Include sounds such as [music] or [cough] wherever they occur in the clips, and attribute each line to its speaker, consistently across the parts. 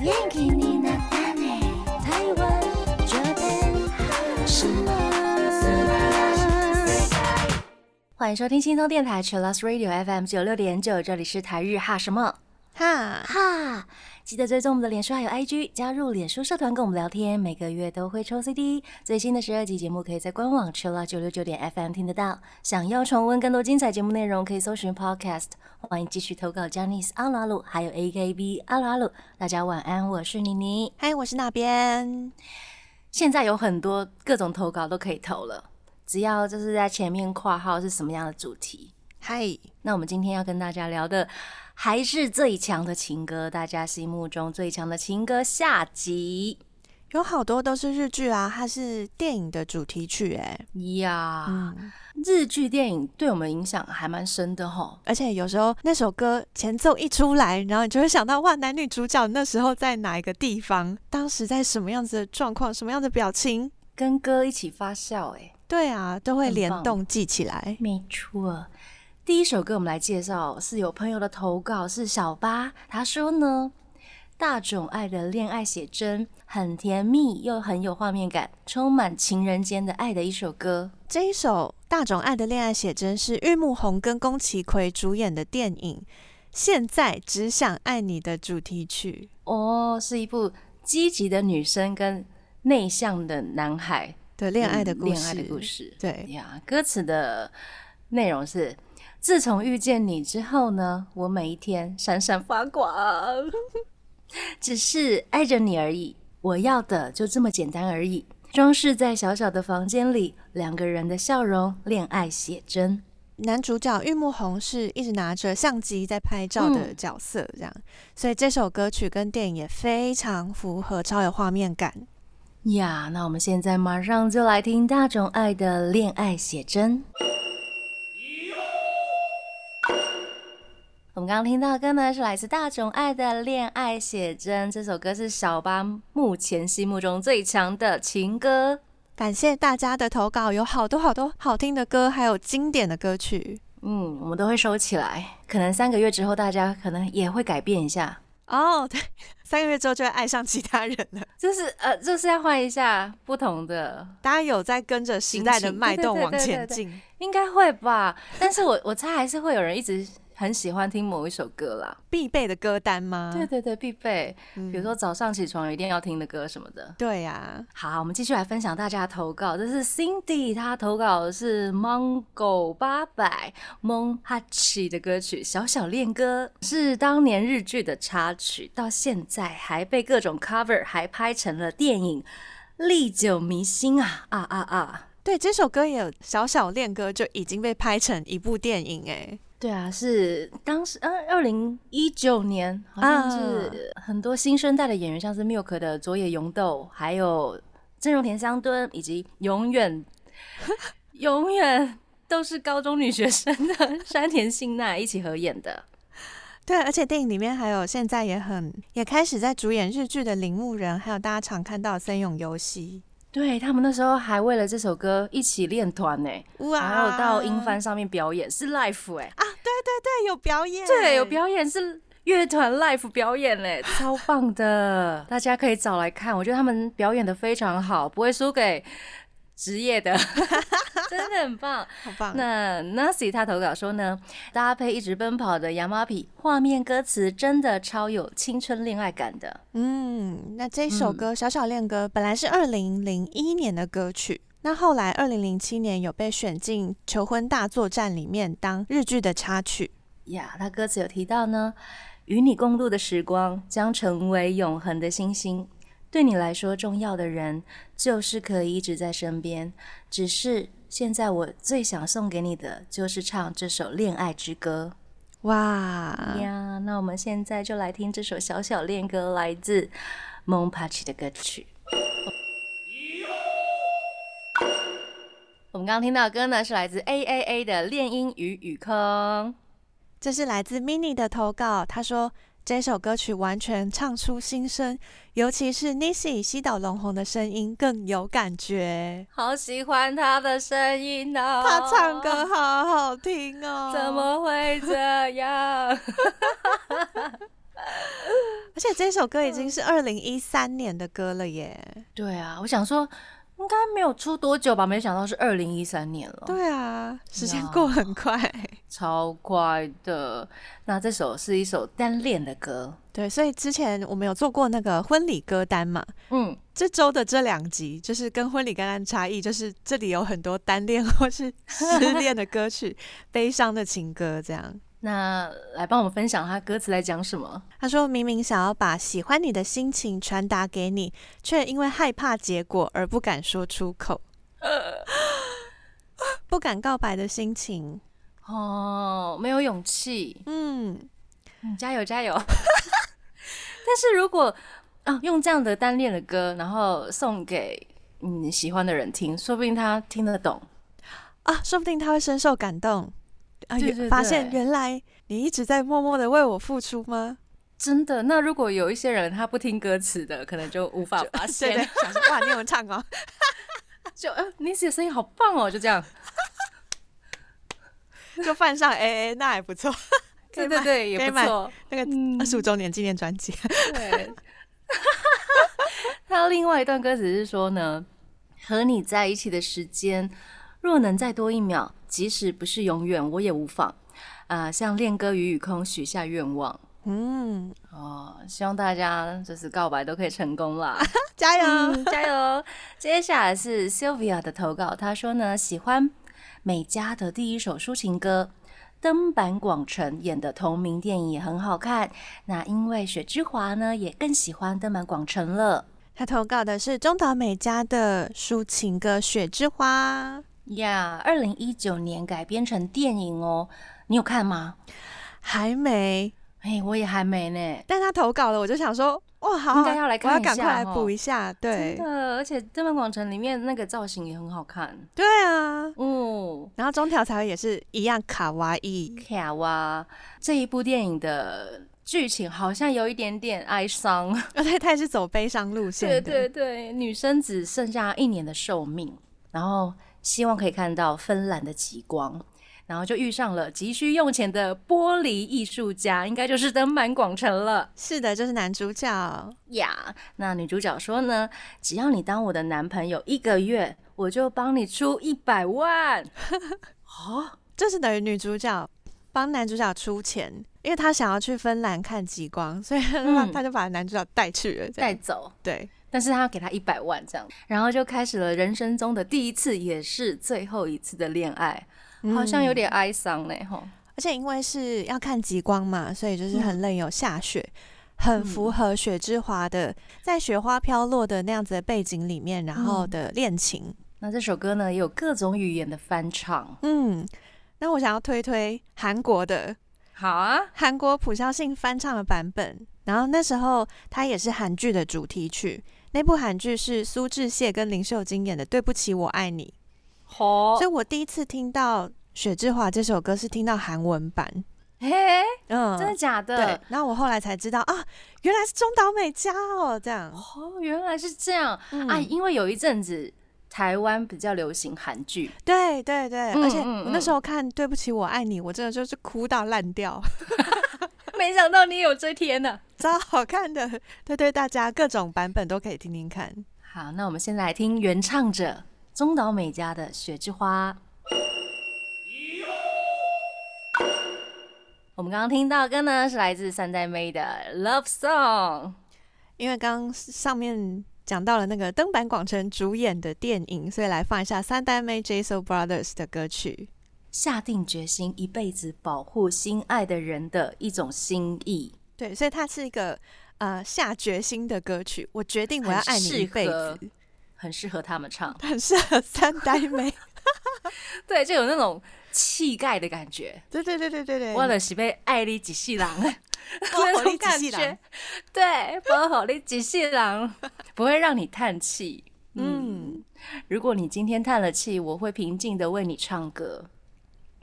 Speaker 1: 元気になったね台湾这边什么？
Speaker 2: 欢迎收听轻松电台 c h i l l s Radio FM 九六点九，这里是台日哈什么
Speaker 3: 哈，
Speaker 2: 哈。记得追踪我们的脸书还有 IG，加入脸书社团跟我们聊天，每个月都会抽 CD。最新的十二集节目可以在官网 c h i l l 九六九点 FM 听得到。想要重温更多精彩节目内容，可以搜寻 Podcast。欢迎继续投稿 j a n i c e 阿鲁阿鲁，还有 AKB 阿鲁阿鲁。大家晚安，我是妮妮。
Speaker 3: 嗨，我是那边。
Speaker 2: 现在有很多各种投稿都可以投了，只要就是在前面括号是什么样的主题。
Speaker 3: 嗨，
Speaker 2: 那我们今天要跟大家聊的还是最强的情歌，大家心目中最强的情歌下集
Speaker 3: 有好多都是日剧啊，它是电影的主题曲、哎，
Speaker 2: 呀。
Speaker 3: 嗯，
Speaker 2: 日剧电影对我们影响还蛮深的吼。
Speaker 3: 而且有时候那首歌前奏一出来，然后你就会想到哇，男女主角那时候在哪一个地方，当时在什么样子的状况，什么样的表情，
Speaker 2: 跟歌一起发酵、欸，
Speaker 3: 对啊，都会
Speaker 2: 很
Speaker 3: 联
Speaker 2: 棒
Speaker 3: 动记起来。
Speaker 2: 没错。第一首歌我们来介绍，是有朋友的投稿，是小八，他说呢，大冢爱的恋爱写真很甜蜜，又很有画面感，充满情人间的爱的一首歌。
Speaker 3: 这一首《大冢爱的恋爱写真》是玉木宏跟宫崎葵主演的电影《现在只想爱你》的主题曲。
Speaker 2: 哦，是一部积极的女生跟内向的男孩嗯
Speaker 3: 对恋爱的故事，
Speaker 2: 恋爱的故，事。
Speaker 3: 对，
Speaker 2: 呀，歌词的内容是：自从遇见你之后呢，我每一天闪闪发光， [laughs] 只是爱着你而已。我要的就这么简单而已。装饰在小小的房间里，两个人的笑容，恋爱写真。
Speaker 3: 男主角玉木宏是一直拿着相机在拍照的
Speaker 2: 嗯
Speaker 3: 角色，这样，所以这首歌曲跟电影也非常符合，超有画面感。
Speaker 2: 呀那我们现在马上就来听大众爱的恋爱写真。我们刚刚听到的歌呢，是来自大众爱的《恋爱写真》这首歌，是小八目前心目中最强的情歌。
Speaker 3: 感谢大家的投稿，有好多好多好听的歌，还有经典的歌曲
Speaker 2: 嗯，我们都会收起来，可能三个月之后，大家可能也会改变一下，
Speaker 3: 哦。 [laughs] 对，三个月之后就会爱上其他人了。
Speaker 2: 就是呃，就是要换一下不同的
Speaker 3: 大家有在跟着时代
Speaker 2: 心
Speaker 3: 的
Speaker 2: 情
Speaker 3: 脉
Speaker 2: 对
Speaker 3: 动
Speaker 2: 对
Speaker 3: 往
Speaker 2: 对对
Speaker 3: 前
Speaker 2: 对
Speaker 3: 进。
Speaker 2: 应该会吧，但是我我猜还是会有人一直很喜欢听某一首歌啦。
Speaker 3: 必备的歌单吗？
Speaker 2: 对对对，必备，
Speaker 3: 啊嗯
Speaker 2: 比如说早上起床一定要听的歌什么的。
Speaker 3: 对啊呀、
Speaker 2: 好，我们继续来分享大家的投稿。这是 Cindy，她投稿的是 Mongo 八百 Mon Hachi 的歌曲《小小恋歌》，是当年日剧的插曲，到现在还被各种 cover 还拍成了电影，历久弥新啊啊啊啊！
Speaker 3: 对这首歌也有小小恋歌就已经被拍成一部电影哎，
Speaker 2: 对啊，是当时嗯，二零一九年好像是很多新生代的演员，像是 Milk 的佐野勇斗，还有真荣田香敦，以及永远 [laughs] 永远都是高中女学生的山田杏奈一起合演的。
Speaker 3: 对，而且电影里面还有现在也很也开始在主演日剧的铃木人，还有大家常看到的森永游戏，
Speaker 2: 对他们那时候还为了这首歌一起练团呢，
Speaker 3: 哇
Speaker 2: 还有到英翻上面表演，是 l i f e 哎、
Speaker 3: 啊，对对对，有表演，
Speaker 2: 对，有表演是乐团 l i f e 表演嘞，超棒的，大家可以找来看。我觉得他们表演的非常好，不会输给职业的，真的很棒。
Speaker 3: 好棒，
Speaker 2: 那 Nancy 他投稿说呢，搭配一直奔跑的亚麻皮，画面歌词真的超有青春恋爱感的。
Speaker 3: 嗯，那这首
Speaker 2: 嗯
Speaker 3: 歌《小小恋歌》本来是二零零一年的歌曲，那后来二零零七年有被选进《求婚大作战》里面当日剧的插曲。
Speaker 2: 呀他歌词有提到呢，与你共度的时光将成为永恒的星星。对你来说重要的人，就是可以一直在身边。只是现在我最想送给你的，就是唱这首恋爱之歌。
Speaker 3: 哇
Speaker 2: 呀那我们现在就来听这首小小恋歌，来自蒙帕奇的歌曲。我们刚刚听到的歌呢，是来自 A A A 的《恋音与雨空》。
Speaker 3: 这是来自 Mini 的投稿，他说这首歌曲完全唱出心声，尤其是 Nisi 西岛龙宏的声音更有感觉。
Speaker 2: 好喜欢他的声音哦，
Speaker 3: 他唱歌好好听哦，
Speaker 2: 怎？么会这样？
Speaker 3: 而而且这首歌已经是二零一三年的歌了耶。
Speaker 2: [laughs] 对啊，我想说应该没有出多久吧，没想到是二零一三年了，
Speaker 3: 对啊，时间过很快。
Speaker 2: 超快的。那这首是一首单恋的歌，
Speaker 3: 对，所以之前我们有做过那个婚礼歌单嘛，
Speaker 2: 嗯，
Speaker 3: 这周的这两集就是跟婚礼歌单差异，就是这里有很多单恋或是失恋的歌曲，悲伤的情歌这样。
Speaker 2: 那来帮我们分享它歌词在讲什么？
Speaker 3: 他说明明想要把喜欢你的心情传达给你，却因为害怕结果而不敢说出
Speaker 2: [laughs]
Speaker 3: 口，不敢告白的心情。
Speaker 2: 哦，没有勇气，
Speaker 3: 嗯，
Speaker 2: 嗯，加油加油！ [laughs] 但是如果啊用这样的单恋的歌，然后送给你喜欢的人听，说不定他听得懂。
Speaker 3: 啊，说不定他会深受感动啊，
Speaker 2: 对
Speaker 3: 原
Speaker 2: 对
Speaker 3: 发现
Speaker 2: 对
Speaker 3: 原来你一直在默默的为我付出吗？
Speaker 2: 真的，那如果有一些人他不听歌词的，可能就无
Speaker 3: [laughs]
Speaker 2: 法发
Speaker 3: 对
Speaker 2: 现。
Speaker 3: 对，想说哇，你有唱哦，
Speaker 2: 就呃，你姐声音好棒哦，就这
Speaker 3: [laughs]
Speaker 2: 样。
Speaker 3: 就犯上 AA，那还不错，可
Speaker 2: 对
Speaker 3: 以
Speaker 2: 对
Speaker 3: 买
Speaker 2: 对，
Speaker 3: 可以
Speaker 2: 也不
Speaker 3: 买
Speaker 2: 错。
Speaker 3: 那个
Speaker 2: 嗯
Speaker 3: 二十五周年纪念专
Speaker 2: [laughs]
Speaker 3: 辑，
Speaker 2: 对，他另外一段歌词是说呢，和你在一起的时间，若能再多一秒，即使不是永远，我也无妨。啊、向恋歌与雨空许下愿望。
Speaker 3: 嗯，
Speaker 2: 哦，希望大家就是告白都可以成功啦。
Speaker 3: 加油！
Speaker 2: 嗯，加油！ [laughs] 接下来是 Sylvia 的投稿，她说呢，喜欢美嘉的第一首抒情歌。登坂广成演的同名电影也很好看，那因为雪之华呢也更喜欢登坂广成了。
Speaker 3: 他投稿的是中岛美嘉的抒情歌《雪之花》。
Speaker 2: 呀，二零一九年改编成电影哦，你有看吗？
Speaker 3: 还没，
Speaker 2: 哎，我也还没呢。
Speaker 3: 但他投稿了，我就想说，哇，好，
Speaker 2: 应该要来
Speaker 3: 我
Speaker 2: 看
Speaker 3: 要
Speaker 2: 一
Speaker 3: 赶
Speaker 2: 下
Speaker 3: 快来
Speaker 2: 吼
Speaker 3: 补一下，对
Speaker 2: 真，的，而且登坂广成里面那个造型也很好看。
Speaker 3: 对啊。
Speaker 2: 哦、
Speaker 3: 然后中条彩也是一样卡哇伊， [laughs]
Speaker 2: 卡哇，这一部电影的剧情好像有一点点哀伤。
Speaker 3: 而且他也是走悲伤路线
Speaker 2: 对
Speaker 3: 的，
Speaker 2: 对对，女生只剩下一年的寿命，然后希望可以看到芬兰的极光，然后就遇上了急需用钱的玻璃艺术家，应该就是登满广城了
Speaker 3: 是的，就是男主角，
Speaker 2: 呀。那女主角说呢，只要你当我的男朋友一个月，我就帮你出一百
Speaker 3: [laughs]
Speaker 2: 万。哦，
Speaker 3: 就是等于女主角帮男主角出钱，因为他想要去芬兰看极光，所以他就把、
Speaker 2: 嗯
Speaker 3: 他就把男主角带去了，这
Speaker 2: 带
Speaker 3: 样
Speaker 2: 走。
Speaker 3: 对，
Speaker 2: 但是他要给他一百万这样，然后就开始了人生中的第一次，也是最后一次的恋爱，好像有
Speaker 3: 嗯
Speaker 2: 点哀伤嘞吼。
Speaker 3: 而且因为是要看极光嘛，所以就是很冷，有下雪，很符合雪之华的在雪花飘落的那样子的背景里面，然后的恋情。
Speaker 2: 那这首歌呢，也有各种语言的翻唱。
Speaker 3: 嗯，那我想要推推韩国的
Speaker 2: 好啊，
Speaker 3: 韩国朴孝信翻唱的版本，然后那时候它也是韩剧的主题曲。那部韩剧是苏志燮跟林秀晶演的《对不起，我爱你》，
Speaker 2: 吼
Speaker 3: 所以我第一次听到雪之华这首歌是听到韩文版。
Speaker 2: 嘿，
Speaker 3: 嗯，
Speaker 2: 真的假的
Speaker 3: 对？，然后我后来才知道啊，原来是中岛美嘉哦，这样。
Speaker 2: 哦，原来是这样、
Speaker 3: 嗯
Speaker 2: 啊！因为有一阵子台湾比较流行韩剧，
Speaker 3: 对对对，
Speaker 2: 嗯
Speaker 3: 而且
Speaker 2: 嗯
Speaker 3: 我那
Speaker 2: 嗯
Speaker 3: 时候看《对不起，我爱你》，我真的就是哭到烂掉， [laughs]
Speaker 2: 没想到你有这天呢、
Speaker 3: 超好看的。对对，大家各种版本都可以听听看。
Speaker 2: 好，那我们现在来听原唱者中岛美嘉的《雪之花》。我们刚刚听到的歌呢，是来自三代妹的《Love Song》。
Speaker 3: 因为刚刚上面讲到了那个登坂广成主演的电影，所以来放一下三代妹 JSO Brothers 的歌曲。
Speaker 2: 下定决心一辈子保护心爱的人的一种心意，
Speaker 3: 对，所以它是一个呃下决心的歌曲。我决定我要爱你一辈子
Speaker 2: 很
Speaker 3: [laughs]
Speaker 2: 适，很适合他们唱。
Speaker 3: 很适合三代
Speaker 2: [laughs]
Speaker 3: 妹。
Speaker 2: 对，就有那种气概的感觉。
Speaker 3: 对对对对对对，
Speaker 2: 我就是被爱你几
Speaker 3: [laughs]
Speaker 2: 世人，
Speaker 3: 我
Speaker 2: 那种感觉。对，保护你几世
Speaker 3: [laughs]
Speaker 2: 人，不会让你叹气。
Speaker 3: 嗯。
Speaker 2: 如果你今天叹了气，我会平静的为你唱歌。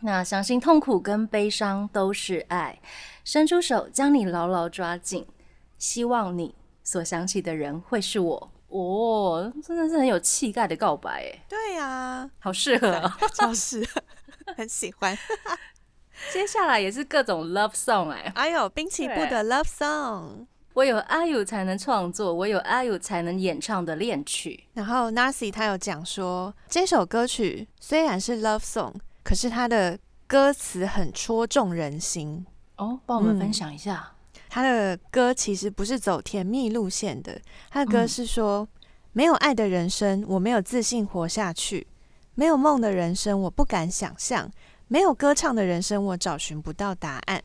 Speaker 2: 那相信痛苦跟悲伤都是爱，伸出手将你牢牢抓紧，希望你所想起的人会是我。哦，真的是很有气概的告白，哎，
Speaker 3: 对呀、
Speaker 2: 好适合
Speaker 3: [laughs]
Speaker 2: 哦、
Speaker 3: 就是很喜欢。
Speaker 2: 接下来也是各种 love song，哎，
Speaker 3: 还有滨崎步的 Love Song，
Speaker 2: 我有阿友才能创作，我有阿友才能演唱的恋曲。
Speaker 3: 然后 Nasi 他有讲说，这首歌曲虽然是 love song，可是它的歌词很戳中人心。
Speaker 2: 哦，帮我们
Speaker 3: 嗯
Speaker 2: 分享一下。
Speaker 3: 他的歌其实不是走甜蜜路线的，他的歌
Speaker 2: 嗯
Speaker 3: 是说、没有爱的人生，我没有自信活下去；没有梦的人生，我不敢想象；没有歌唱的人生，我找寻不到答案。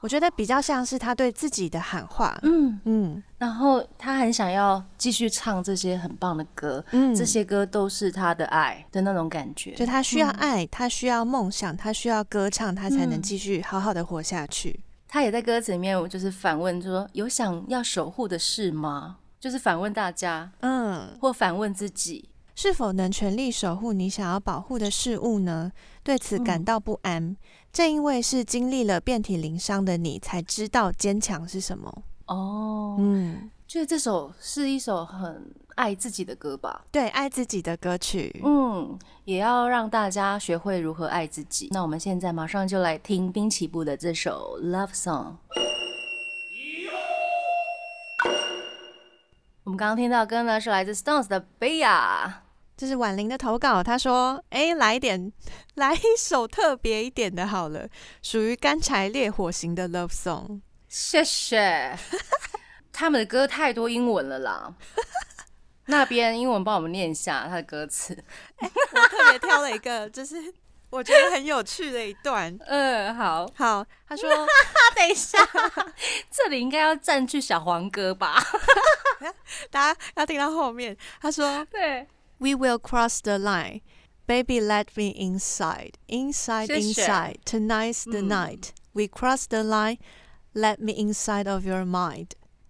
Speaker 3: 我觉得比较像是他对自己的喊话。
Speaker 2: 嗯，
Speaker 3: 嗯
Speaker 2: 然后他很想要继续唱这些很棒的歌，
Speaker 3: 嗯
Speaker 2: 这些歌都是他的爱的那种感觉。
Speaker 3: 就他需要爱，他需要梦想，他需要歌唱，他才能
Speaker 2: 嗯
Speaker 3: 继续好好的活下去。
Speaker 2: 他也在歌词里面，我就是反问说：有想要守护的事吗？就是反问大家，
Speaker 3: 嗯，
Speaker 2: 或反问自己。
Speaker 3: 是否能全力守护你想要保护的事物呢？对此感到不安。正因为是经历了遍体鳞伤的你，才知道坚强是什么。
Speaker 2: 哦，
Speaker 3: 嗯，
Speaker 2: 就是这首是一首很爱自己的歌吧？
Speaker 3: 对，爱自己的歌曲。
Speaker 2: 嗯，也要让大家学会如何爱自己。那我们现在马上就来听滨崎步的这首《Love Song》。我们刚刚听到的歌呢，是来自 Stones 的《Bia》。
Speaker 3: 这是婉玲的投稿，她说：“哎、来一点，来一首特别一点的好了，属于干柴烈火型的 love song。
Speaker 2: 谢 [laughs] 谢。他们的歌太多英文了啦。那边英文帮我们念一下他的歌词。
Speaker 3: 我特别挑了一个，就是我觉得很有趣的一段。
Speaker 2: [laughs] 嗯，好。
Speaker 3: 好，他说
Speaker 2: 等一下， [laughs] 这里应该要占据小黄歌吧？
Speaker 3: 大家要听到后面，他说
Speaker 2: 对，
Speaker 3: We will cross the line. Baby, let me inside, inside,
Speaker 2: 谢谢
Speaker 3: inside. Tonight's the
Speaker 2: 嗯
Speaker 3: night. We cross the line. Let me inside of your mind.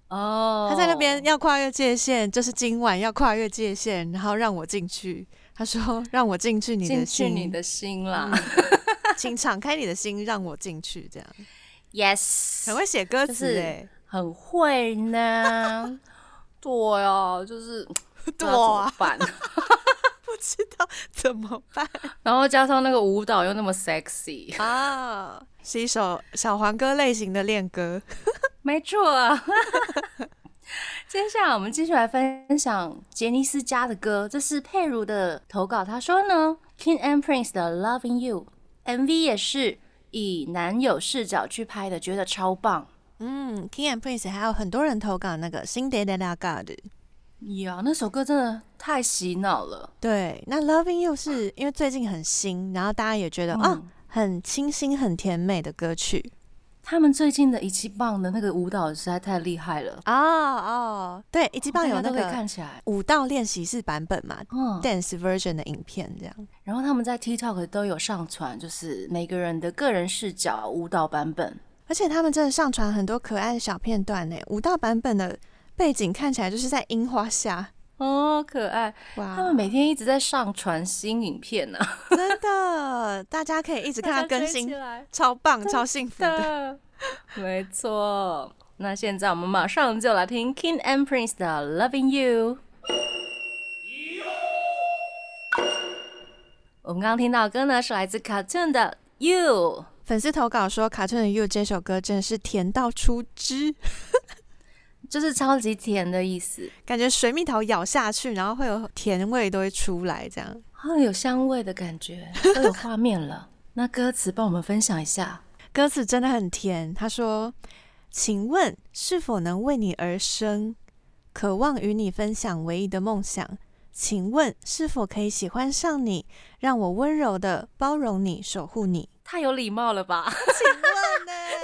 Speaker 2: 哦，
Speaker 3: 他在那边要跨越界限，就是今晚要跨越界限，然后让我进去。
Speaker 2: [laughs]
Speaker 3: 他说：“让我进去你
Speaker 2: 进
Speaker 3: 的
Speaker 2: 去
Speaker 3: 心，
Speaker 2: 你的心啦。
Speaker 3: 请敞开你的心，让我进去。”这样
Speaker 2: yes，
Speaker 3: 很会写歌
Speaker 2: 就
Speaker 3: 词
Speaker 2: 是
Speaker 3: 哎、
Speaker 2: 很会呢。 [laughs] 对哦，就是
Speaker 3: 对
Speaker 2: 啊怎
Speaker 3: 啊，
Speaker 2: 么办？
Speaker 3: 不 [laughs] 知道怎么办
Speaker 2: [laughs] 然后加上那个舞蹈又那么 sexy，
Speaker 3: 啊！是一首小黄歌类型的恋歌。
Speaker 2: 没错。 [laughs] 接下来我们继续来分享杰尼斯家的歌，这是佩如的投稿。他说呢，King and Prince 的《Loving You》MV 也是以男友视角去拍的，觉得超棒。
Speaker 3: 嗯，King and Prince 还有很多人投稿那个《新 d a y d a y God》。
Speaker 2: 呀那首歌真的太洗脑了。
Speaker 3: 对，那《Loving You 是》因为最近很新，然后大家也觉得、啊
Speaker 2: 嗯，
Speaker 3: 很清新、很甜美的歌曲
Speaker 2: 他们最近的一期棒的那个舞蹈实在太厉害了，
Speaker 3: 哦哦，对，一季报有
Speaker 2: 大家
Speaker 3: 那
Speaker 2: 都可以
Speaker 3: 个
Speaker 2: 看起来，
Speaker 3: 舞蹈练习室版本嘛、
Speaker 2: 嗯，
Speaker 3: d a n c e version 的影片这样。
Speaker 2: 然后他们在 TikTok 都有上传，就是每个人的个人视角舞蹈版本。
Speaker 3: 而且他们真的上传很多可爱的小片段呢，舞蹈版本的背景看起来就是在樱花下，
Speaker 2: 哦，可爱！他
Speaker 3: 哇
Speaker 2: 们，每天一直在上传新影片
Speaker 3: [laughs]
Speaker 2: 呢、啊，
Speaker 3: 真的，大家可以一直看
Speaker 2: [laughs]
Speaker 3: 它更新，超棒、超幸福的。
Speaker 2: 的， [laughs] 没错。那现在我们马上就来听 King and Prince 的《Loving You》。我们刚刚听到的歌呢，是来自 Cartoon 的《You》。
Speaker 3: 粉丝投稿说，《卡顿的 You》这首歌真的是甜到出汁。 [laughs]
Speaker 2: 就是超级甜的意思，
Speaker 3: 感觉水蜜桃咬下去，然后会有甜味都会出来，这样。
Speaker 2: 好像有香味的感觉，都有画面 [laughs] 了。那歌词帮我们分享一下，
Speaker 3: 歌词真的很甜。他说：“请问是否能为你而生？渴望与你分享唯一的梦想。请问是否可以喜欢上你？让我温柔的包容你，守护你。
Speaker 2: 太有礼貌了吧？
Speaker 3: 请问呢？ [laughs]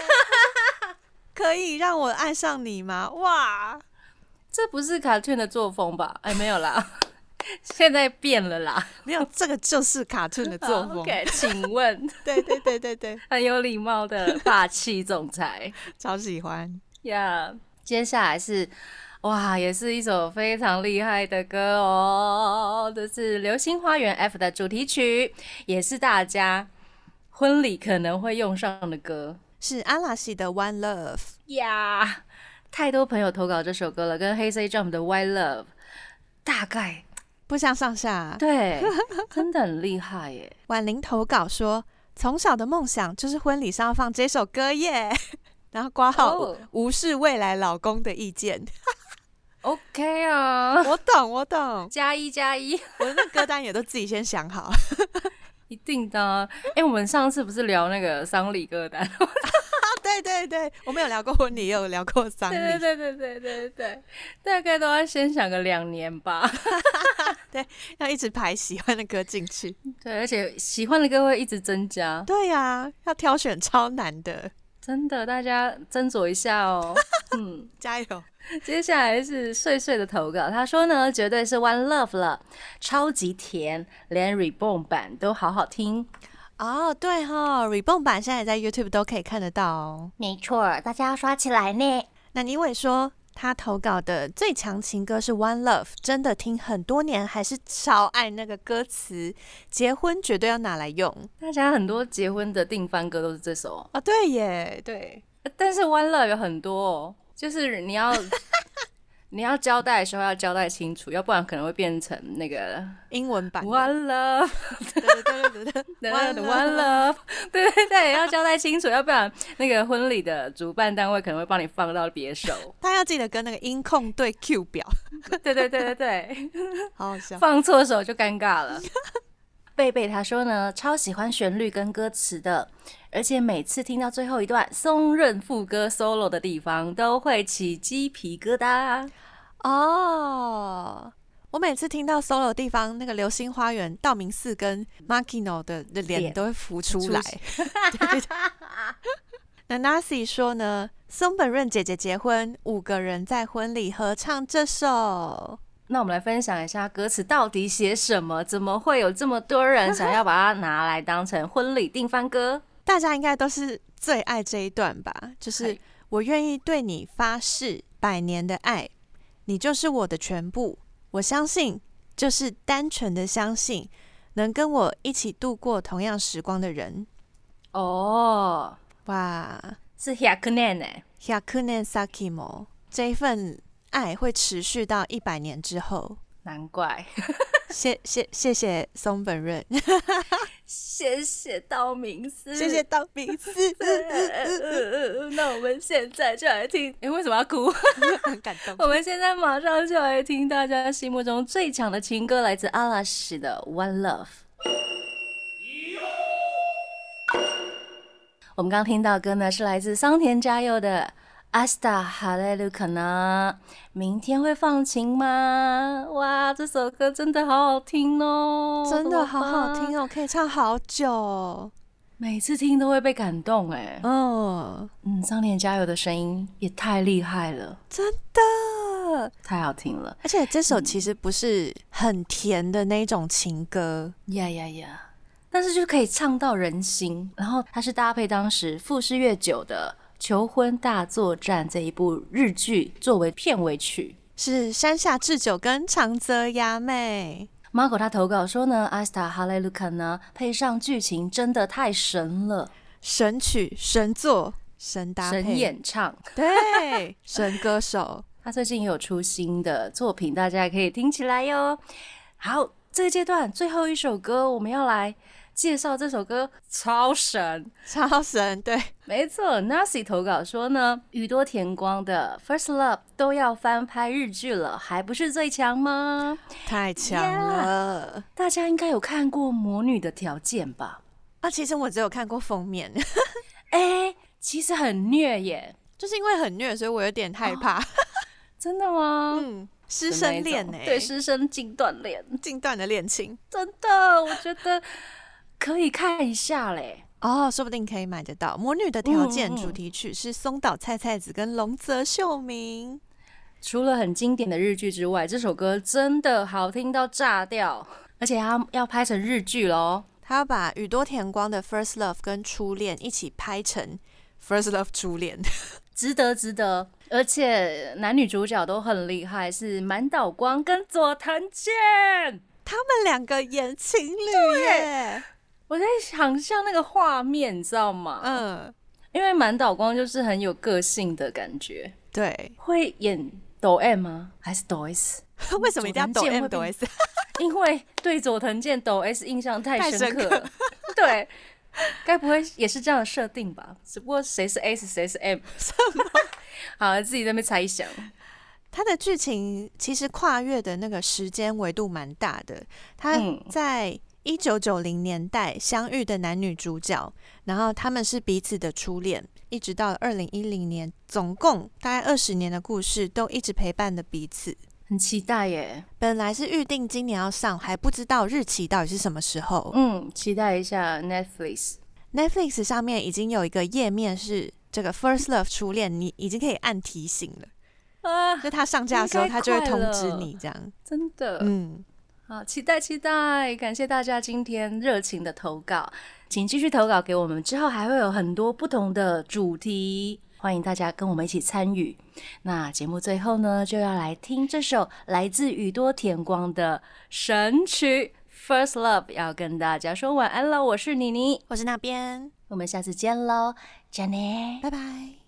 Speaker 3: 可以让我爱上你吗？哇！
Speaker 2: 这不是卡顿的作风吧？哎，没有啦， [laughs] 现在变了啦。
Speaker 3: 没有，哦这个就是卡顿的作 [laughs] 风。
Speaker 2: o k [laughs] 请问，
Speaker 3: 对对对对对，
Speaker 2: 很有礼貌的霸气总裁
Speaker 3: 超喜欢。
Speaker 2: [laughs] 呀。Yeah，接下来是。哇，也是一首非常厉害的歌哦，这是《流星花园 F》的主题曲，也是大家婚礼可能会用上的歌。
Speaker 3: 是阿拉西的《One Love》。
Speaker 2: 呀太多朋友投稿这首歌了，跟黑 C Jump 的《Why Love》大概
Speaker 3: 不相上
Speaker 2: 啊
Speaker 3: 下。
Speaker 2: 对，真的很厉害 [laughs] 耶。
Speaker 3: 婉玲投稿说，从小的梦想就是婚礼上要放这首歌耶。 [laughs] 然后挂号、
Speaker 2: 哦
Speaker 3: 无视未来老公的
Speaker 2: [laughs]
Speaker 3: 意见。
Speaker 2: OK 啊，
Speaker 3: 我懂，我懂，
Speaker 2: 加一加一，
Speaker 3: 我的那歌单也都自己先想 [laughs] 好。
Speaker 2: 一定的啊。哎、我们上次不是聊那个丧礼歌单？
Speaker 3: 对对对，我们有聊过婚礼，也有聊过丧
Speaker 2: [laughs]
Speaker 3: 礼。
Speaker 2: 对对对对对对对，大概都要先想个两年吧。
Speaker 3: 要一直排喜欢的歌进去。
Speaker 2: 对，而且喜欢的歌会一直增加，
Speaker 3: 对呀、要挑选超难的，
Speaker 2: 真的，大家斟酌一下哦。嗯。
Speaker 3: 加油！
Speaker 2: 接下来是碎碎的投稿，他说呢，绝对是 One Love 了，超级甜，连 Reborn 版都好好听。
Speaker 3: 哦，对哈、r e b o r n 版现在在 YouTube 都可以看得到哦。
Speaker 1: 没错，大家要刷起来呢。
Speaker 3: 那倪伟说，他投稿的最强情歌是《One Love》，真的听很多年，还是超爱那个歌词，结婚绝对要拿来用
Speaker 2: 大家很多结婚的定番歌都是这首哦，
Speaker 3: 哦。对耶，对，
Speaker 2: 呃但是 One Love 有很多哦，就是你要 [laughs] 你要交代的时候要交代清楚，要不然可能会变成那个
Speaker 3: 英文版的。
Speaker 2: One Love
Speaker 3: 对对对对对
Speaker 2: One
Speaker 3: One Love。
Speaker 2: Love，对对对，要交代清楚，要不然那个婚礼的主办单位可能会帮你放到别首
Speaker 3: 他要记得跟那个音控对 Q 表，
Speaker 2: 对对对对对。
Speaker 3: 好好笑。
Speaker 2: 放错手就尴尬了。
Speaker 1: 贝贝他说呢，超喜欢旋律跟歌词的，
Speaker 2: 而且每次听到最后一段松润副歌 solo 的地方，都会起鸡皮疙瘩。
Speaker 3: 哦，我每次听到 solo 的地方，那个流星花园、道明寺跟 Makino 的的脸
Speaker 2: 脸
Speaker 3: 都会浮出
Speaker 2: 出
Speaker 3: 来。 [laughs] 对那 Nasi 说呢，松本润姐姐结婚，五个人在婚礼合唱这首。
Speaker 2: 那我们来分享一下歌词到底写什么，怎么会有这么多人想要把它拿来当成婚礼定番歌？
Speaker 3: 大家应该都是最爱这一段吧？就是
Speaker 2: 嗨
Speaker 3: 我愿意对你发誓百年的爱，你就是我的全部。我相信，就是单纯的相信，能跟我一起度过同样时光的人。
Speaker 2: 哦，
Speaker 3: 哇
Speaker 2: 是 h y a k u n e n 哎，
Speaker 3: h y a k u n e Sakimo 这一份爱会持续到一百年之后。
Speaker 2: 难怪。
Speaker 3: 谢谢谢谢松本润， [laughs]
Speaker 2: 谢谢道明寺，
Speaker 3: 谢谢。道明寺， [laughs]
Speaker 2: 那我们现在就来听，哎、为什么要哭？
Speaker 3: 很感
Speaker 2: [laughs]
Speaker 3: 动。
Speaker 2: 我们现在马上就来听大家心目中最强的情歌，来自阿拉什的《One Love》。我们刚听到的歌呢，是来自桑田佳佑的《Asta Hallelu k a n a 明天会放晴吗？哇，这首歌真的好好听哦，
Speaker 3: 真的好好
Speaker 2: 怎么办
Speaker 3: 听，哦，可以唱好久哦。
Speaker 2: 每次听都会被感动哎。
Speaker 3: 嗯，
Speaker 2: 嗯，桑田佳佑的声音也太厉害了，
Speaker 3: 真的。
Speaker 2: 太好听了，
Speaker 3: 而且这
Speaker 2: 嗯
Speaker 3: 首其实不是很甜的那种情歌，
Speaker 2: 呀呀呀！但是就可以唱到人心。然后它是搭配当时富士越久的《求婚大作战》这一部日剧作为片尾曲。
Speaker 3: 是山下智久跟长泽雅美。
Speaker 2: Marco 他投稿说呢，《阿斯塔哈雷卢卡》呢配上剧情真的太神了，
Speaker 3: 神曲、神作、神搭配，
Speaker 2: 神演唱。 [laughs]
Speaker 3: 对，神歌手。
Speaker 2: 他最近也有出新的作品，大家也可以听起来哟。好，这个阶段最后一首歌，我们要来介绍这首歌，超神！
Speaker 3: 超神，对，
Speaker 2: 没错，Nasi 投稿说呢，宇多田光的《First Love》都要翻拍日剧了，还不是最强吗？
Speaker 3: 太
Speaker 2: [laughs]
Speaker 3: 强了。
Speaker 2: 大家应该有看过《魔女的条件》吧？
Speaker 3: 啊，其实我只有看过封面，
Speaker 2: 哎、其实很虐耶，
Speaker 3: 就是因为很虐，所以我有点害怕。
Speaker 2: 哦真的吗？
Speaker 3: 嗯，师生恋欸呢、
Speaker 2: 对，师生禁断恋，
Speaker 3: 近段的恋情
Speaker 2: 真的，我觉得可以看一下嘞。
Speaker 3: 哦，说不定可以买得到。《魔女的条件
Speaker 2: 嗯》嗯
Speaker 3: 主题曲是松岛菜菜子跟龙泽秀明。
Speaker 2: 除了很经典的日剧之外，这首歌真的好听到炸掉，而且它要拍成日剧喽。
Speaker 3: 他要把宇多田光的《First Love》跟《初恋》一起拍成《First Love》
Speaker 2: [laughs]
Speaker 3: 初恋，
Speaker 2: 值得，值得！而且男女主角都很厉害，是满岛光跟佐藤健。
Speaker 3: 他们两个演情侣耶。
Speaker 2: 我在想象那个画面，你知道吗？
Speaker 3: 嗯，
Speaker 2: 因为满岛光就是很有个性的感觉。
Speaker 3: 对。
Speaker 2: 会演抖 M 吗？还是抖 S？
Speaker 3: [laughs] 为什么一定要抖
Speaker 2: 佐藤健
Speaker 3: M
Speaker 2: 会 [laughs]
Speaker 3: 抖
Speaker 2: 变
Speaker 3: S？
Speaker 2: 因为对佐藤健抖 S 印象太
Speaker 3: 太
Speaker 2: 深
Speaker 3: 深
Speaker 2: 刻
Speaker 3: 刻
Speaker 2: 了。对，该不会也是这样的设定吧？只不过谁是 S 谁是 M，什么？ [laughs] 好，自己在那边猜想。
Speaker 3: 它的剧情其实跨越的那个时间维度蛮大的。它
Speaker 2: 嗯
Speaker 3: 在一九九零年代相遇的男女主角，然后他们是彼此的初恋，一直到二零一零年，总共大概二十年的故事都一直陪伴着彼此。
Speaker 2: 很期待耶，
Speaker 3: 本来是预定今年要上，还不知道日期到底是什么时候。
Speaker 2: 嗯，期待一下 Netflix。
Speaker 3: Netflix 上面已经有一个页面是这个 First Love 初恋，你已经可以按提醒了，
Speaker 2: 啊，
Speaker 3: 就它上架的时候，
Speaker 2: 应该
Speaker 3: 它就会
Speaker 2: 快
Speaker 3: 通
Speaker 2: 了
Speaker 3: 知你这样。
Speaker 2: 真的，
Speaker 3: 嗯，
Speaker 2: 好期待期待！感谢大家今天热情的投稿，请继续投稿给我们，之后还会有很多不同的主题，欢迎大家跟我们一起参与。那节目最后呢，就要来听这首来自宇多田光的神曲《First Love》，要跟大家说晚安了。我是妮妮，
Speaker 3: 我是那边，
Speaker 2: 我们下次见喽，加内。
Speaker 3: 拜拜。